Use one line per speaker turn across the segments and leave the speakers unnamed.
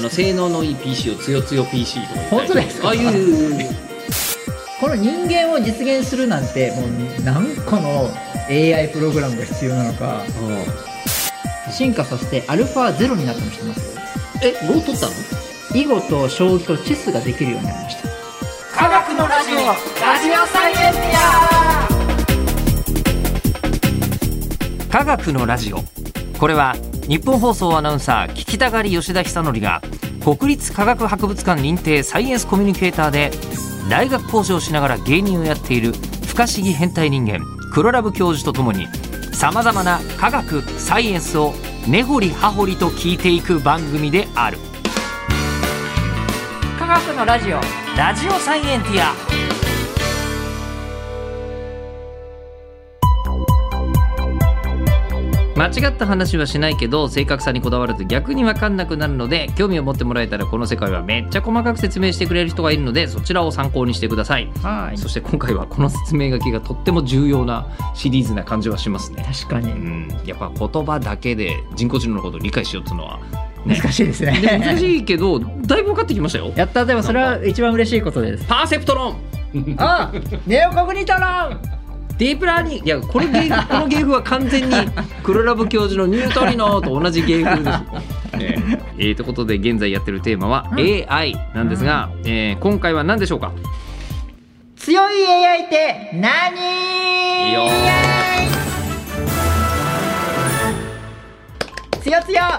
の性能のいい PC をつよつよ PC とか言っ
本
たり
当ですか
ああいう
この人間を実現するなんてもう何個の AI プログラムが必要なのか
うん
進化させてアルファゼロになったの知ってます
え5取ったの
囲碁と将棋とチェスができるようになりました
科学のラジオラジオサイエンティア科学のラジオこれは日本放送アナウンサー聞きたがり吉田久典が国立科学博物館認定サイエンスコミュニケーターで大学講師をしながら芸人をやっている不可思議変態人間黒ラブ教授とともにさまざまな科学サイエンスを根掘り葉掘りと聞いていく番組である科学のラジオラジオサイエンティア間違った話はしないけど正確さにこだわると逆に分かんなくなるので興味を持ってもらえたらこの世界はめっちゃ細かく説明してくれる人がいるのでそちらを参考にしてください
はい
そして今回はこの説明書きがとっても重要なシリーズな感じはしますね
確か
う
に
んやっぱ言葉だけで人工知能のことを理解しようっていうのはね
難しいですね
で難しいけどだいぶ分かってきましたよ
やったでもそれは一番嬉しいことです
パーセプトロン
あネオコグニトロン
ディープラー ニングいやこれ芸この芸風は完全に黒ラブ教授のニュートリノと同じ芸風です。ねえーということで現在やってるテーマは
うん
AI なんですが、えー今回は何でしょうか
強い AI って何
いいよ
つよつよ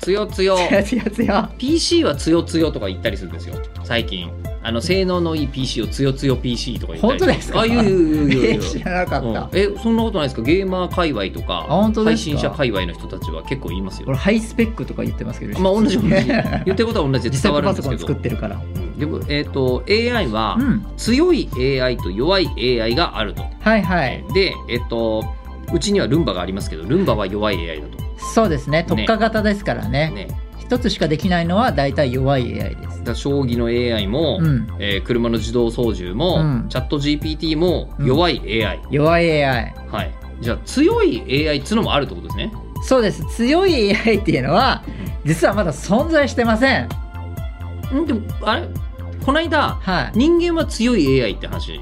つよつよ
つよつよつよ
PC はつよつよとか言ったりするんですよ最近あの性能のいい PC をつよつよ PC とか言ったり
本当ですか
あいやいやいやいやいや
知らなか
う
っ
ん
た、
えそんなことないですかゲーマー界隈とか
本当で
配
すか
信者界隈の人たちは結構言いますよ
これハイスペックとか言ってますけど、
まあ同じ同じ 言って
実
ることは同じで伝
際
わる
の
んです
パソコ
け
ン作
ど
ってるから
でも、えー、と AI は、
うん
強い AI と弱い AI があると。
はいはい
で、えっと、うちにはルンバがありますけど、ルンバは弱い AI だと。
そうですね特化型ですからね
ね、
一つしかできないのは大体弱い AI です
だから将棋の AI も、
うん
えー車の自動操縦も、
うん
チャット GPT も弱い AI。
弱い AI
はい。じゃあ、強い AI っつうのもあるってことですね。
そうです強い AI っていうのは実はまだ存在してません
んでも、あれこの間、
はい
人間は強い AI って話。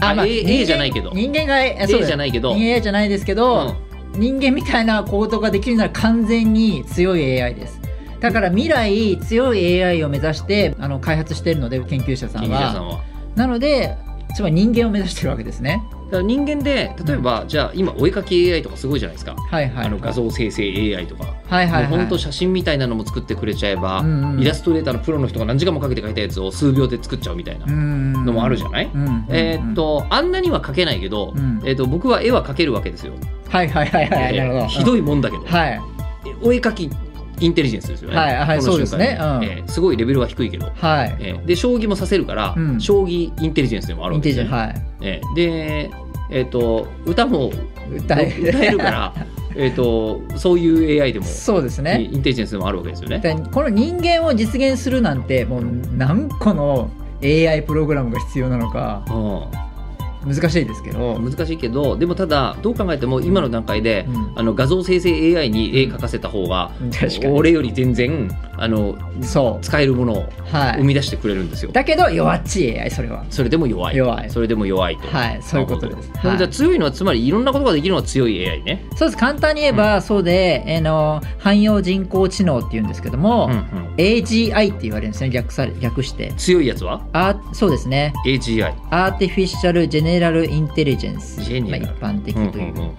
あ A- A
人間
じゃないけど
人間がえ
A
そうです
じゃないけど
人間 AI じゃないですけど、人間みたいな行動ができるなら完全に強い AI ですだから未来強い AI を目指してあの開発しているので研究者さ
金
ん
次
は
さんは。
なのでつまり人間を目指してるわけですね
だから人間で、例えば、じゃあ、今、お絵かき AI とかすごいじゃないですか。
はいはいはい
あの画像生成 AI とか。
はいはい
もうほ
は
ん
い
と写真みたいなのも作ってくれちゃえば、
うんうん
イラストレーターのプロの人が何時間もかけて描いたやつを数秒で作っちゃうみたいなの
の
もあるじゃない、
うんうんうん
えーっとあんなには描けないけど、
うん
えーっと僕は絵は描けるわけですよ、
はいはいはいはい
えー
なるほど
ひどいもんだけど、
はい
お絵描きインテリジェンスですよね、
はいはい
この瞬間
そうですねうん
えーすごいレベルは低いけど、
はい
えーで将棋もさせるから、
うん
将棋インテリジェンスでもある
イ
わ
ン
け
テ
です
リジェ
よ、
ン
ね
はい
えーで、えーっと歌も
歌える
えるからえーっとそういう AI でも
そうですね
インテリジェンスでもあるわけですよね。
だからこの人間を実現するなんてもう何個の AI プログラムが必要なのか
うん
難しいですけど
難しいけどでもただどう考えても今の段階で、
うん
あの画像生成 AI に絵描かせた方が、
うん確かに
俺より全然あの
そ
使えるものを
うは
生
い
み出してくれるんですよ、
だけど弱っちい AI それは
それでも弱い
弱い
それでも弱いと、
はいそういうことです
なるほど
はい
じゃあ強いのはつまりいろんなことができるのは強い AI ね、
そうです簡単に言えばそうであの汎用人工知能っていうんですけど
うん
も
うん、
AGI って言われるんですね略され略して
強いやつは
あそうですね
AGI
アーティフィシャル・ジェネラル・インテリジェンス、
ジェネラル
まあ、一般的
うんうん
とい
う
う、
んうん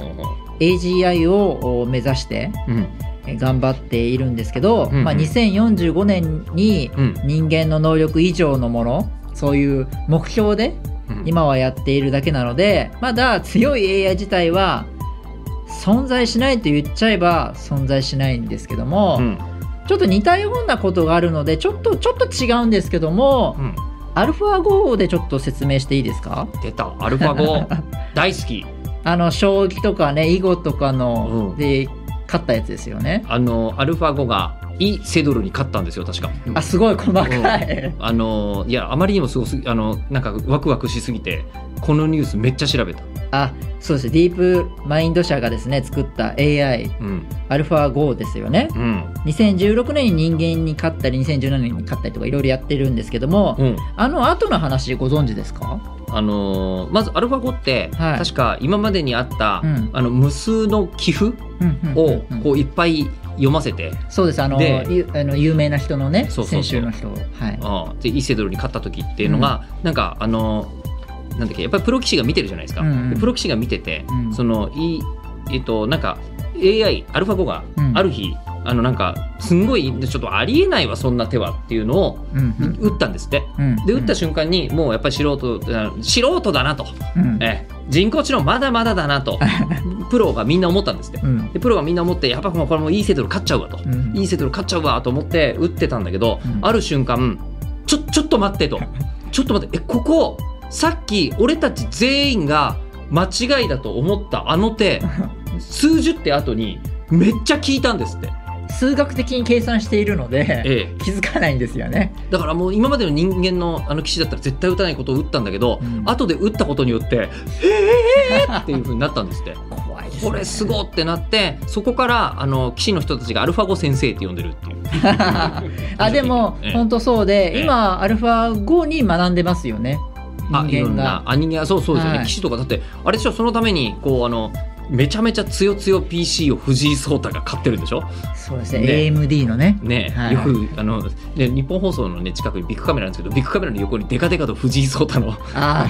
AGI をお目指して
うん
え頑張っているんですけど、
うんうん
まあ、2045年に
うん
人間の能力以上のものそういう目標で
うん
今はやっているだけなのでまだ強い AI 自体は存在しないと言っちゃえば存在しないんですけども、
うん
ちょっと似たようなことがあるのでちょっとちょっと違うんですけども、
うん
アルファ5でちょっと説明していいですか
出たアルファ5 大好き
あの将棋とかね囲碁とかの、
うん
で勝ったやつですよね
あのアルファ5がイ・セドルに勝ったんですよ確か。
あすごい細かい。
あのいやあまりにもすごすぎあのなんかワクワクしすぎてこのニュースめっちゃ調べた。
あそうですディープマインド社がですね作った AI
うん
アルファ GO ですよね。
うん
2016年に人間に勝ったり2017年に勝ったりとかいろいろやってるんですけども、
うん。
あの後の話ご存知ですか
あのーまずアルファ5って、
はい
確か今までにあった、
うん
あの無数の寄付をこういっぱい読ませて、
そうですあの
で
ゆあの有名な人のね
そうそうそう
先週の人はい
ああでイセドルに勝った時っていうのが、なんかあのーなんだっけやっぱりプロ棋士が見てるじゃないですか、
うんうん
でプロ棋士が見てて、
うん
そのいえっとなんか AI アルファ5が
うん
ある日、あのなんかすんごいちょっとありえないわそんな手はっていうのを
うんうん
打ったんですって。
うん
で打った瞬間にもうやっぱり素人あの素人だなと、
うん
ええ人工知能まだまだだな とプロがみんな思ったんですって
う。ん
でプロがみんな思ってやっぱもうこれもういいセドル勝っちゃうわと、
うん
いいセドル勝っちゃうわと思って打ってたんだけど、
うん
ある瞬間ちょちょっと待 ってとちょっと待ってえここさっき俺たち全員が間違いだと思ったあの手数十手後にめっちゃ効いたんですって、
数学的に計算しているので
え
気づかないんですよね
え、だからもう今までの人間のあの棋士だったら絶対打たないことを打ったんだけど、
うん
後で打ったことによって「ええええええっていうふうになったんですって。
怖いですね
これすごってなってそこからあの棋士の人たちがアルファ5先生って呼んでるっていう
あでも
ええ
本当そう
ええ
で今アルファ5に学んでますよね
あいろ
人
ん
間
な
が
あ人間がそうそうですよね、
はい
棋士とかだってあれでしょそのためにこうあのめちゃめちゃ強強 PC を藤井聡太が買ってるんでしょ
そうですね
ね
AMD のね
ねえ、
はい
よくあの、ね、日本放送の、ね、近くにビッグカメラなんですけどビッグカメラの横にデカデカと藤井聡太の
ああ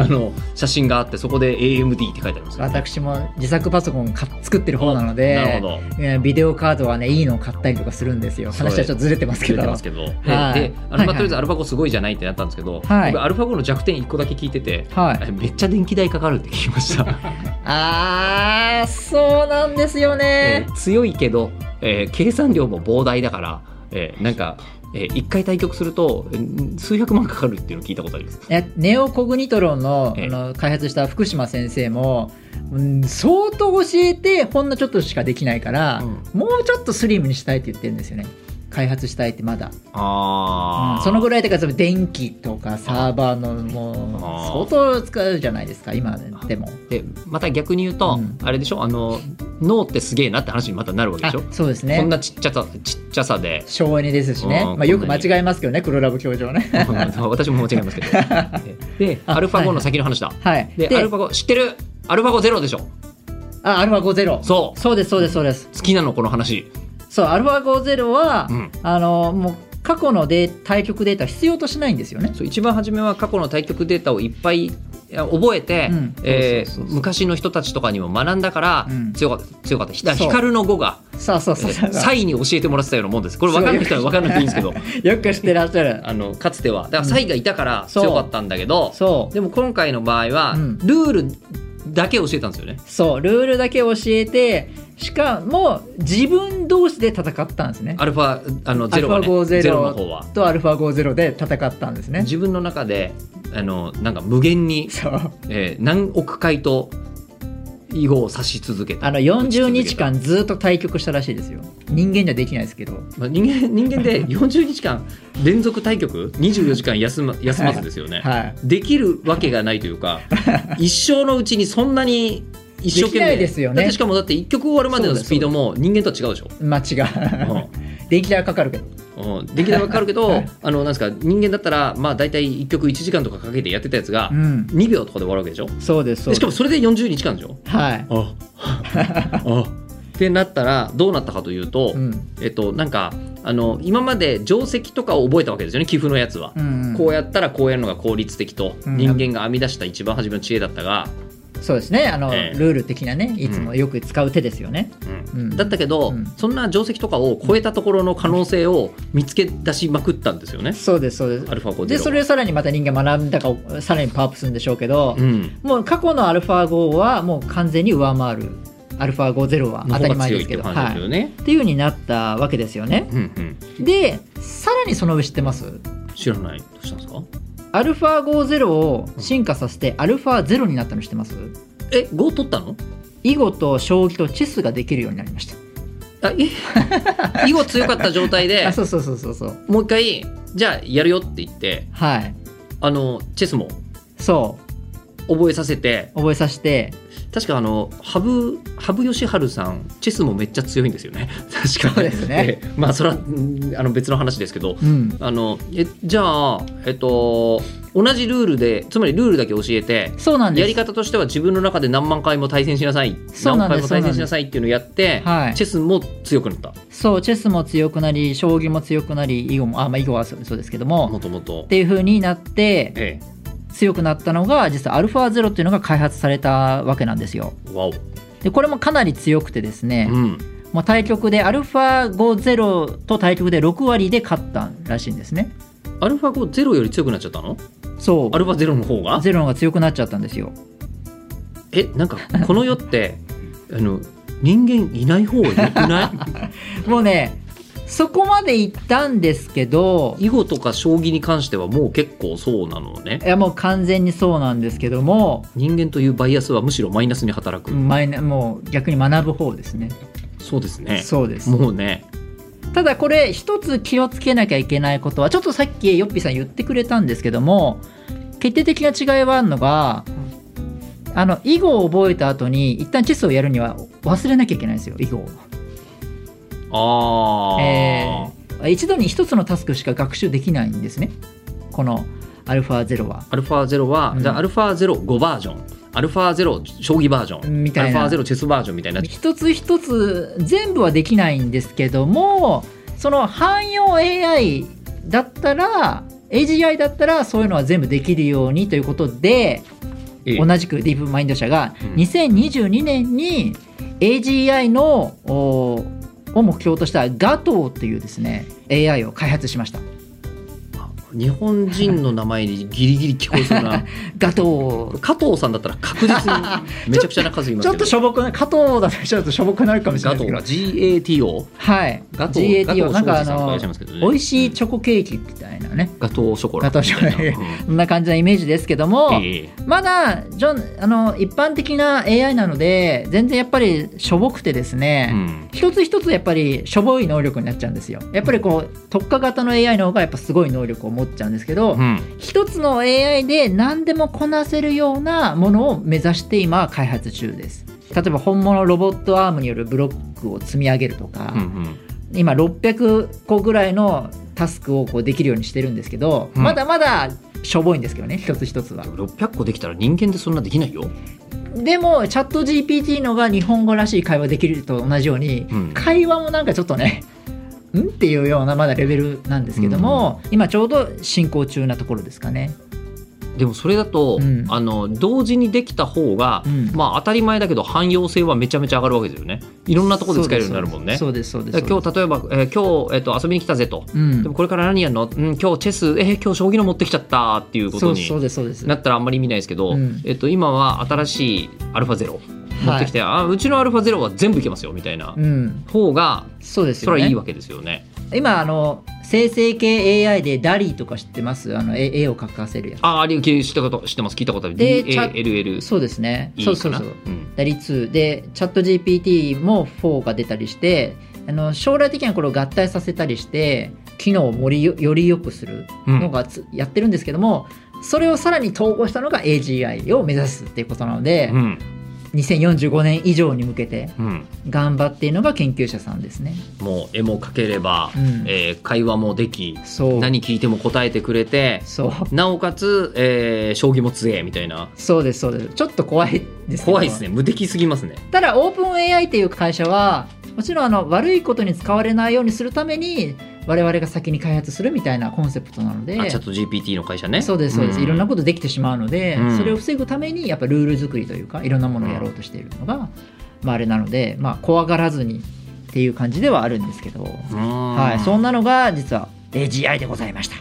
あの写真があってそこで AMD って書いてありますよね、
私も自作パソコンか作ってる方なので
なるほど
えービデオカードはねいいのを買ったりとかするんですよ
そうです
話はちょっとずれてますけ
出
ど
てますけど、
は
で
い
あの、
はい
ま
は
あ、
い
とりあえずアルファ5すごいじゃないってなったんですけど、
はい
僕アルファ5の弱点1個だけ聞いてて、
はい
あれめっちゃ電気代かかるって聞きました。
あーそうなんですよ
え
ね、
ー強いけど、えー計算量も膨大だから、えーなんか、え1回対局するとえー数百万かかるっていうのを聞いたことあります。
えネオコグニトロンの,、
ええ
あの開発した福島先生も、うん、相当教えてほんのちょっとしかできないから、
うん
もうちょっとスリムにしたいって言ってるんですよね開発したいってまだ、
あ
うんそのぐらいだからその電気とかサーバーの
あ
も
ー
う相当使うじゃないですか今でも
でまた逆に言うと、
うん
あれでしょあの脳ってすげえなって話にまたなるわけで
あ
しょ、
そうですね
こんなちっちゃさちっちゃさで
省エネですしね
うん、
まあ、よく間違えますけどね黒ラブ教授はね
私も間違い ますけどで
あ
アルファ
はい
5
はい
の先の話だ、
はい
でアルファ5知ってるアルファ5ゼロでしょ
あアルファ50そ
そう
うですそうですそうです
好きなのこの話
そうアルファ50は、
うん
あのもう過去のデー対局データ必要としないんですよね
そう一番初めは過去の対局データをいっぱいいや覚えて
うん
え
そうそうそう
ー
そう
昔の人たちとかにも学んだから
うん
強かった強かったひだ
そう
光の語が
さあそう
え
そうそ
ー
う
サイに教えてもらってたようなもんですこれ分かんない人は分かんなくていいんですけど
よく知ってらっしゃる
あのかつてはだからサイがいたから
そう
強かったんだけど
そう
でも今回の場合は
うん
ルールだけ教えたんですよね
そうルールだけ教えてしかも自分同士で戦ったんですね
アルファあのゼロは
アルファ
ね
5ゼロ
ゼロの方は
とアルファ50で戦ったんですね
自分の中であのなんか無限に
そう
えー何億回と囲碁を指し続けた
あの40日間ずっと対局したらしいですよ人間じゃできないですけど
まあ、人間人間 で40日間連続対局24時間休ま休まずですよね、
はい
できるわけがないというか 一生のうちにそんなに一生懸命
できないですよね
だってしかもだって一局終わるまでのスピードも人間とは違うでしょ
間違う 電気代はかかるけど
うんうんできればかかるけどあのなんですか人間だったらまあ大体一局1時間とかかけてやってたやつが
うん
2秒とかで終わるわけでしょ
そうですそう
でし
で
か
す
もそれで40日間でしょ
はい
ああってなったらどうなったかというと、
うん
えっとなんかあの今まで定石とかを覚えたわけですよね寄付のやつは、
うん
こうやったらこうやるのが効率的と、
うん
人間が編み出した一番初めの知恵だったが、
そうですねあの、
ええ
ルール的なねいつもよく使う手ですよね、うん
だったけど、
うん
そんな定石とかを超えたところの可能性を見つけ出しまくったんですよね、
そうですそうです
アルファ5
でそれをさらにまた人間学んだかをさらにパワーアップするんでしょうけど、
うん
もう過去のアルファ5はもう完全に上回るアルファ50は当
の
た
方
り
が
前
強い
で
って
すけ
いう
ど
感じです
はい、
よ
っ
ね、
ていう風になったわけですよね
うん
でさらにその上知ってます
うん、知らないどうしたんですか
アルファ50を進化させてアルファ0になったの知ってます
え5取ったの
囲碁と将棋とチェスができるようになりました
あえ 囲碁強かった状態で
あそうそうそうそうそう
もう一回じゃあやるよって言って
はい
あのチェスも
そ
覚えさせて
う覚えさせて
確かあの羽生羽生善治さんチェスもめっちゃ強いんですよね 確か
そうですね
ええまあそれはうんあの別の話ですけど
うん
あのえじゃあえっと同じルールでつまりルールだけ教えて
そうなんです
やり方としては自分の中で何万回も対戦しなさい
そう
何
なん
回
で
も
す
対戦しなさいっていうのをやって、
はい
チェスも強くなった
そうチェスも強くなり将棋も強くなり囲碁もあまあ囲碁はそうそうですけども
もともと
っ。ていう風になって
え
強くなったのが実はアルファゼロっていうのが開発されたわけなんですよ
え、わお、
でこれもかなり強くてですね、
うん、
もう対局でアルファ5ゼロと対局で6割で勝ったらしいんですね
アルファ5ゼロより強くなっちゃったの
そ
アルファゼロの方
う
が
ゼロの方が強くなっちゃったんですよ
えなんかこの世って あの人間いない方が良くな
もうねそこまで行ったんですけど
い 囲碁とか将棋に関してはもう結構そうなのね
いやもう完全にそうなんですけども
人間というバイアスはむしろマイナスに働く、
マイナもう逆に学ぶ方ですね
そうですね
そうです
もうね
ただこれ一つ気をつけなきゃいけないことはちょっとさっきよっぴさん言ってくれたんですけども決定的な違いはあるのがあの囲碁を覚えた後に一旦チェスをやるには忘れなきゃいけないんですよ囲碁を、
ああ、
えー一度に一つのタスクしか学習できないんですねこのアルファゼロは
アルファゼロは、
うん
じゃあアルファゼロ5バージョンアルファゼロ将棋バージョン
みたいな
アルファゼロチェスバージョンみたいな
一つ一つ全部はできないんですけどもその汎用 AI だったら AGI だったらそういうのは全部できるようにということで
ええ
同じくディープマインド社が
うん
2022年に AGI のおを目標とした GATO というですね AI を開発しました
日本人の名前にギリギリ聞こえそう な
GATO
加藤さんだったら確実にめちゃくちゃな数いますけ
ちょっ
ど
としょぼくな加藤だとちょっとしょぼくなるかもしれないですけど
ガトー GATO
はい
ガトーガト
GATO
ー
なんかあ
さんとかいらっ
の
しゃいますけどね
美味しいチョコケーキみたいなね
ガトーショコラ
ガトーショコラ
みたいなうん
こんな感じなイメージですけども、
ええ
まだジョンあの一般的な AI なので全然やっぱりしょぼくてです
う
ね、
ん
一つ一つやっぱりしょぼい能力になっちゃうんですよやっぱりこう特化型の AI の方がやっぱすごい能力を持っちゃうんですけど、
うん
一つの AI で何でもこなせるようなものを目指して今開発中です例えば本物ロボットアームによるブロックを積み上げるとか、
うん
今600個ぐらいのタスクをこうできるようにしてるんですけど、
うん
まだまだしょぼいんですけどね一つ一つは
うん600個できたら人間でそんなできないよ
でもチャット GPT のが日本語らしい会話できると同じように、
うん
会話もなんかちょっとね んっていうようなまだレベルなんですけども、今ちょうど進行中なところですかね
でもそれだと
うん
あの同時にできた方が
うん
まあ当たり前だけど汎用性はめちゃめちゃ上がるわけですよねいろんなところで使えるようになるもんね
そうですそうです
だ
そうで
から今
す
日例えばえー今日えっと遊びに来たぜと
うん
でもこれから何やるのうん今日チェスえー今日将棋の持ってきちゃったっていうこ
そ
と
う
に
そうですそうです
なったらあんまり意味ないですけど、
うん
えっと、今は新しいアルファゼロ持ってきて、あうちのアルファゼロは全部いけますよみたいな
うん
方が
そうです
そ
よ
れ
ね
はいいわけですよね。
今あの生成系 AI でダリーとか知ってますあの絵絵を描かせるや
ああり知ってたこと知ってます聞いたことある
でチャ
DALL
つそうですね
いい
そう
か
そう
な
そう
うん
ダリ2でチャット GPT も4が出たりしてあの将来的にはこれを合体させたりして機能をよりより良くする
うん
のがつ、やってるんですけどもそれをさらに統合したのが AGI を目指すっていうことなので、
うん
2045年以上に向けて
うん
頑張っているのが研究者さんですね。
もう絵も描ければ、
うん
えー会話もでき
そう
何聞いても答えてくれて
そう
なおかつ、えー将棋も強えみたいな
そうですそうですちょっと怖いですけど
怖いですね無敵すぎますね。
ただオープン AI っていう会社はもちろんあの悪いことに使われないようにするために我々が先に開発するみたいなコンセプトなので
あチャット GPT の会社ね。
そうですそうです、
ん
いろんなことできてしまうので、
うん
それを防ぐためにやっぱルール作りというかいろんなものをやろうとしているのが、まあ、あれなので、まあ、怖がらずにっていう感じではあるんですけど、
うん
はい、そんなのが実は AGI でございました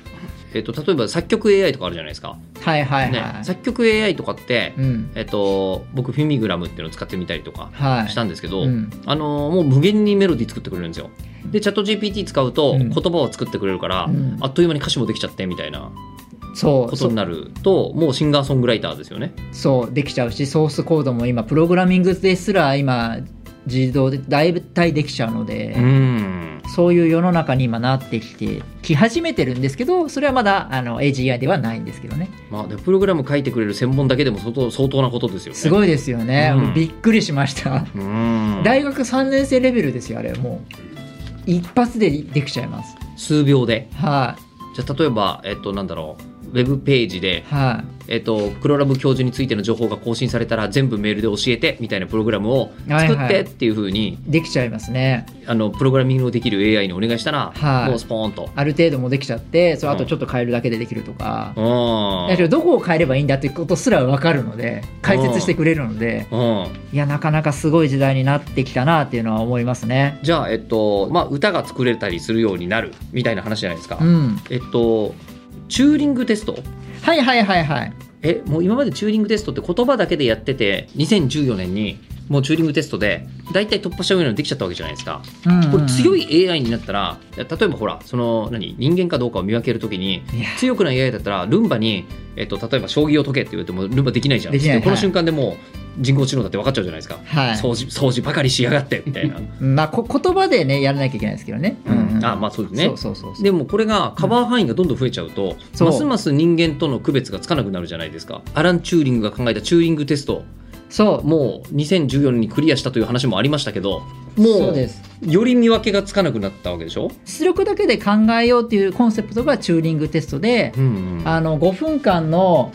えっと例えば作曲 AI とかあるじゃないですか、
はいはい
ね
はい、
作曲 AI とかって、
うん
えっと僕フィミグラムっていうのを使ってみたりとか
はい
したんですけど、
うん
あのーもう無限にメロディー作ってくれるんですよでチャット GPT 使うと
う
言
ん
葉を作ってくれるから、
うん
あっという間に歌詞もできちゃってみたいな
そう
こと
そ
になるともうシンガーソングライターですよね
そうできちゃうしソースコードも今プログラミングですら今自動で代替できちゃうので、
うん。
そういう世の中に今なってきてき始めてるんですけどそれはまだあの AGI ではないんですけどね
まあ、でプログラム書いてくれる専門だけでも相当相当なことですよね。
すごいですよね、
うん
びっくりしました
うん。
大学3年生レベルですよあれもう一発でできちゃいます
数秒で。
は
じゃあ例えば、えっと、なんだろう。ウェブページで
い、はい
えっと、黒ラブ教授についての情報が更新されたら全部メールで教えてみたいなプログラムを作
は
っ
いは
て
い
っていうふうに
できちゃいますね
あのプログラミングをできる AI にお願いしたら、
はい
もうスポーンと。
ある程度もできちゃってそ
う
れ
ん
あとちょっと変えるだけでできるとか、
うん
だけどどこを変えればいいんだっていうことすら分かるので解説してくれるので、
うん、
いやなかなかすごい時代になってきたなっていうのは思いますね
じゃあ、えっとまあ、歌が作れたりするようになるみたいな話じゃないですか。
うん
えっとチューリングテスト
はいはいはいはい
えもう今までチューリングテストって言葉だけでやってて2014年にもうチューリングテストで大体突破したようなのできちゃったわけじゃないですか。
うんうん
これ強い AI になったらいや例えばほらその何人間かどうかを見分けるときに
いや
強くない AI だったらルンバに、えっと、例えば将棋を解けって言われてもルンバできないじゃん
できない
この
はい
瞬間でもう人工知能だって分かっちゃうじゃないですか、
はい
掃除掃除ばかりしやがってみたいな、
まあ、こ言葉でねやらなきゃいけないですけどね、うんうん
あまあそうですね
そうそうそうそう
でもこれがカバー範囲がどんどん増えちゃうと、
そう
ますます人間との区別がつかなくなるじゃないですかアラン・チューリングが考えたチューリングテスト
そう
もう2014年にクリアしたという話もありましたけど
そ
も
う
う
です
より見分けがつかなくなったわけでしょ、
出力だけで考えようっていうコンセプトがチューリングテストで、
うんうん
あの5分間の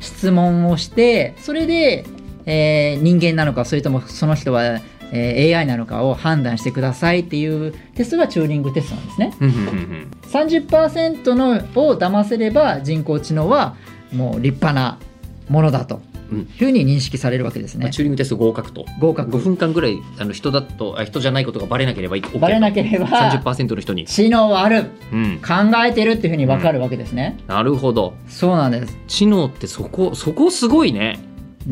質問をしてそれで、えー人間なのかそれともその人は、えー AI なのかを判断してくださいっていうテストがチューリングテストなんですね
うんうんうんうん
30%のを騙せれば人工知能はもう立派なものだと
うん
いうふうに認識されるわけです
ま
ね
あ、チューリングテスト合格と
合
5
格
分間ぐらいあの人だとあ人じゃないことがバレなければいい OK
バレなければ
30%の人に、
知能はある
うん、
考えてるっていうふうに分かるわけですね、
なるほど
そうなんです
知能ってそこそこすごいね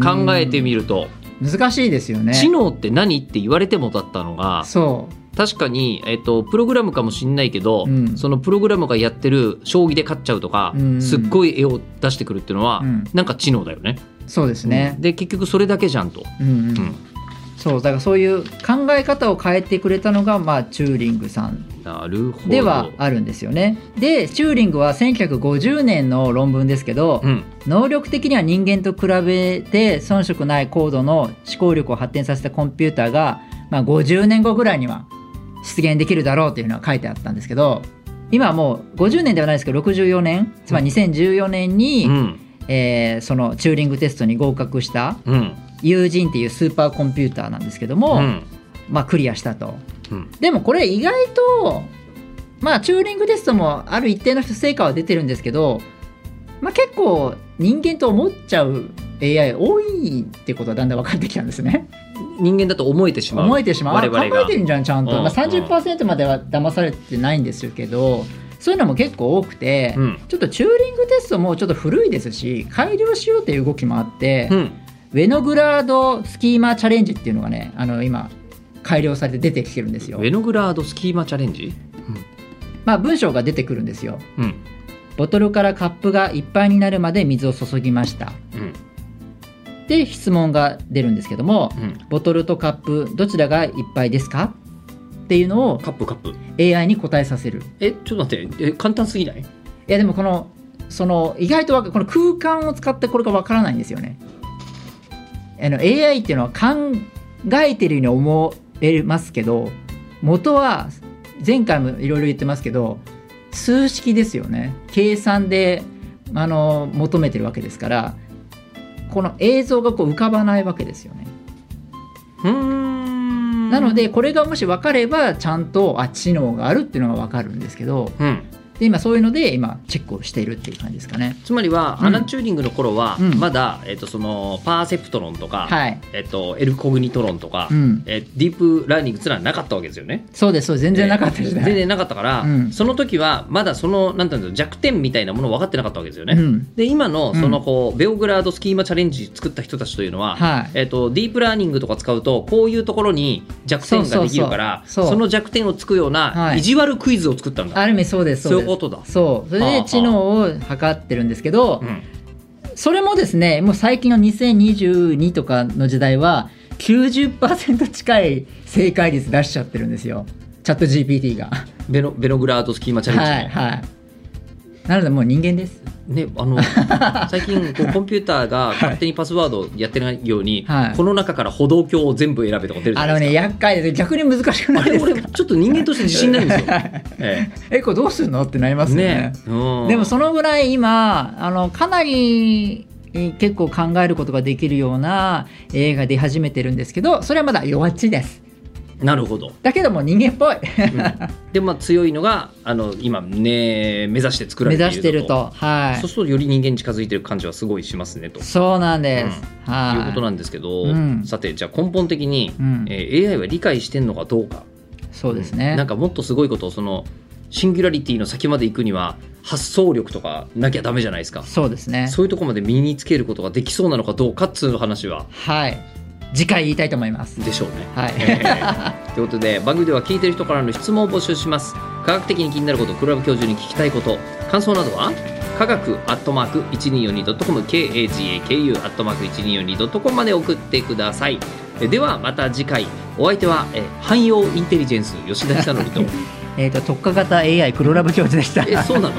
考えてみると、
難しいですよね
知能って何って言われてもだったのが
そ
確かに、えっとプログラムかもしんないけど、
うん
そのプログラムがやってる将棋で勝っちゃうとか、
うん
すっごい絵を出してくるっていうのは、
うん
なんか知能だよね。
うそうですね、
で結局それだけじゃんと。
うんうん
うん
そうだからそういう考え方を変えてくれたのが、まあ、チューリングさん
なるほど。
ではあるんですよね。でチューリングは1950年の論文ですけど、
うん
能力的には人間と比べて遜色ない高度の思考力を発展させたコンピューターが、まあ、50年後ぐらいには出現できるだろうというのは書いてあったんですけど今はもう50年ではないですけど64年つまり2014年に、
うん
えーそのチューリングテストに合格した
うん
友人っていうスーパーコンピューターなんですけど
う
も、
ん
まあ、クリアしたと。
うん
でもこれ意外とまあチューリングテストもある一定の成果は出てるんですけど、まあ、結構人間と思っちゃう AI 多いってことはだんだん分かってきたんですね。
人間だと思えてしまう。
思えてしまう
我
あ考
々が
えてるんじゃんちゃんと、
うん
まあ、30%までは騙されてないんですけどそういうのも結構多くて、
うん
ちょっとチューリングテストもちょっと古いですし改良しようという動きもあって、
うん
ウェノグラードスキーマーチャレンジっていうのがねあの今改良されて出てきてるんですよ
ウ。ェノグラードスキーマチャレンジ、
まあ、文章が出てくるんですよ。
うん
ボトルからカップがいっぱいになるまで水を注ぎました。
うん
で質問が出るんですけども
うん、
ボトルとカップどちらがいっぱいですかっていうのを
カップカップ
AI に答えさせる。
えちょっと待ってえ簡単すぎない
いやでもこのその意外とわかこの空間を使ってこれがわからないんですよね。あの AI っていうのは考えてるように思えますけど元は前回もいろいろ言ってますけど数式ですよね計算であの求めてるわけですからこの映像がこう浮かばないわけですよね。
うーん
なのでこれがもし分かればちゃんとあ知能があるっていうのが分かるんですけど
うん
で今そういうので今チェックをしているっていう感じですかね。
つまりは、
うん
アラン・チューリングの頃は、
うん
まだ、えっとそのパーセプトロンとか、
はい
えっとエルコグニトロンとか、
うん、
えディープラーニングつらなかったわけですよね。
そうですそうです全然なかったですね。
全然なかったから、
うん
その時はまだそのなんていうんだろう弱点みたいなもの分かってなかったわけですよね。
うん、
で今のそのこう、ベオグラードスキーマチャレンジ作った人たちというのは、
はい
えっとディープラーニングとか使うとこういうところに弱点ができるから
そうそうそうそう
の弱点をつくような
はい
意地悪クイズを作ったんだ、
ある意味そうです
そう
そう
い
で
う
す
ことだ。
そうそれ
はあは
で
あ
知能を測ってるんですけど
うん
それもですねもう最近の2022とかの時代は90%近い正解率出しちゃってるんですよチャット GPT が
ベノベノグラートスキーマチャレンジ、
はいはいなのでもう人間です
ね、あ の最近こうコンピューターが勝手にパスワードやってないように、
はい
この中から歩道橋を全部選べとか出るじゃ
あ
な
の
い
ね
ですか。
厄介です逆に難しくな
あ
いで
れ
す
俺
か
ちょっと人間として自信ないんです よ。え
えこれどうするのってなりま
え
すよね
ねうん、
でもそのぐらい今あのかなりえー結構考えることができるような映画出始めてるんですけどそれはまだ弱っちです
なるほど、
だけども人間っぽい
うんでまあ強いのがあの今、ね、目指して作られ
目
ている
指してるとは
そうするとより人間に近づいてる感じはすごいしますねと
いそうなんです、はい
いうことなんですけど、
うん
さてじゃあ根本的に、
うん
えー AI は理解してんのかどうか
そうですね、
なんかもっとすごいことをそのシンギュラリティの先まで行くには発想力とかなきゃダメじゃないですか
そうですね
そういうとこまで身につけることができそうなのかどうかっつう話は
はい次回言いたいと思います
でしょうね。
はい
えーということで番組では聞いてる人からの質問を募集します科学的に気になることクラブ教授に聞きたいこと感想などは科学アットマーク 1242.com KAGAKU アットマーク 1242.com まで送ってくださいえではまた次回お相手は、えー汎用インテリジェンス吉田久典と
えっ、と特化型 AI 黒ラブ教授でした
えそうなの